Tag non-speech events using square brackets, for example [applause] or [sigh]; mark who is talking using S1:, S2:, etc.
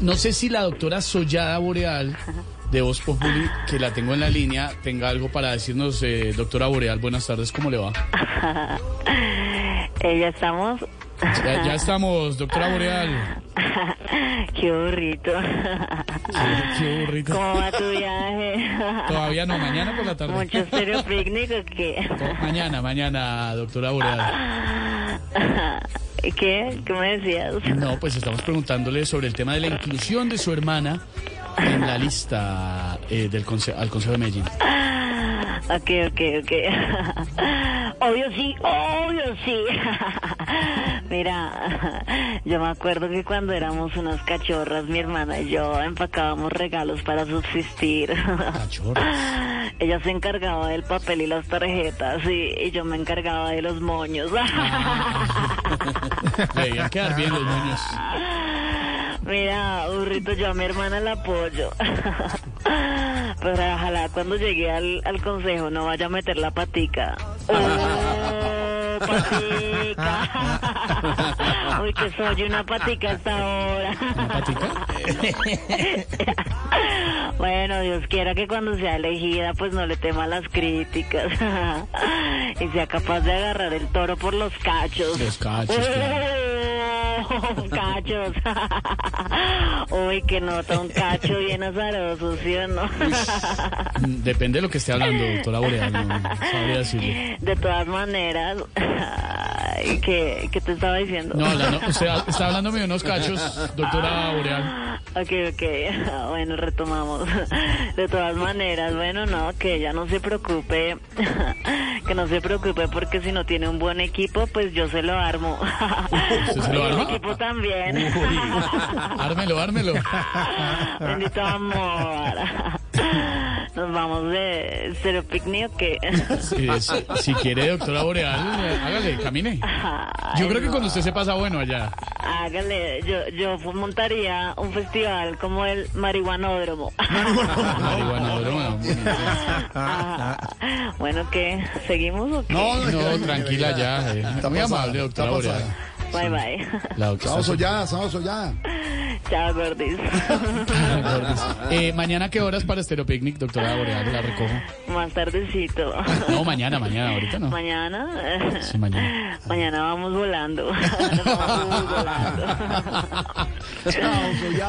S1: no sé si la doctora Sollada Boreal de Voz Populi, que la tengo en la línea, tenga algo para decirnos. Eh, doctora Boreal, buenas tardes, ¿cómo le va?
S2: Eh, ya estamos.
S1: Ya, ya estamos, doctora Boreal.
S2: Qué burrito.
S1: Qué, qué burrito.
S2: ¿Cómo va tu viaje?
S1: Todavía no, mañana por la tarde.
S2: ¿Mucho serio picnic o qué?
S1: No, Mañana, mañana, doctora Boreal.
S2: ¿Qué? ¿Qué me decías?
S1: No, pues estamos preguntándole sobre el tema de la inclusión de su hermana en la lista eh, del conse- al Consejo de Medellín.
S2: Ok, ok, ok. Obvio sí, obvio sí. Mira, yo me acuerdo que cuando éramos unas cachorras, mi hermana y yo empacábamos regalos para subsistir.
S1: Ah, Cachorros.
S2: [gasps] Ella se encargaba del papel y las tarjetas y, y yo me encargaba de los moños. [laughs]
S1: Le debían quedar bien los niños.
S2: Mira, burrito, yo a mi hermana la apoyo. [laughs] Pero ojalá cuando llegue al, al consejo no vaya a meter la patica. ¡Oh, patica! [laughs] Uy, que soy una patica hasta ahora.
S1: ¿Una patica?
S2: [laughs] Bueno, Dios quiera que cuando sea elegida pues no le tema las críticas [laughs] y sea capaz de agarrar el toro por los cachos.
S1: Los
S2: [laughs]
S1: cachos,
S2: ¡Oh! cachos. [laughs] Uy, que nota un cacho bien azaroso, ¿sí o no?
S1: Mm, Depende de lo que esté hablando, doctora Boreal. No, no sabría decirle.
S2: [laughs] De todas maneras, [laughs] ay, ¿qué, qué te estaba diciendo?
S1: No, la no- usted ha- está hablándome de unos cachos, doctora Boreal.
S2: [laughs] Ok, ok, bueno, retomamos. [laughs] De todas maneras, bueno, no, que ella no se preocupe, [laughs] que no se preocupe porque si no tiene un buen equipo, pues yo se lo armo.
S1: ¿Usted [laughs] se lo
S2: Y mi
S1: arma?
S2: equipo también.
S1: Ármelo, ármelo.
S2: [laughs] Bendito amor. [laughs] Nos vamos de cero picnic que...
S1: Sí, si, si quiere, doctora Boreal, eh, hágale, camine. Yo creo que cuando usted se pasa bueno allá.
S2: [laughs] Hágale, yo, yo montaría un festival como el
S1: [laughs]
S2: marihuanódromo. [laughs]
S1: Marihuana, broma, bonito.
S2: Ajá. Bueno, ¿qué? ¿Seguimos o qué?
S1: No, tranquila ya. eh.
S3: Está
S1: Muy
S3: pasada,
S1: amable,
S3: está
S1: doctora Boreal.
S3: pasada.
S2: Bye, bye. [laughs]
S1: La doctora
S3: Estamos solladas, estamos solladas.
S2: Chao, gordis.
S1: Eh, mañana, ¿qué horas para Estéreo Picnic, doctora Boreal? La recojo.
S2: Más tardecito.
S1: No, mañana, mañana, ahorita no.
S2: Mañana. [laughs]
S1: Sí, mañana.
S2: Mañana vamos volando. Nos vamos volando.
S3: Estamos solladas.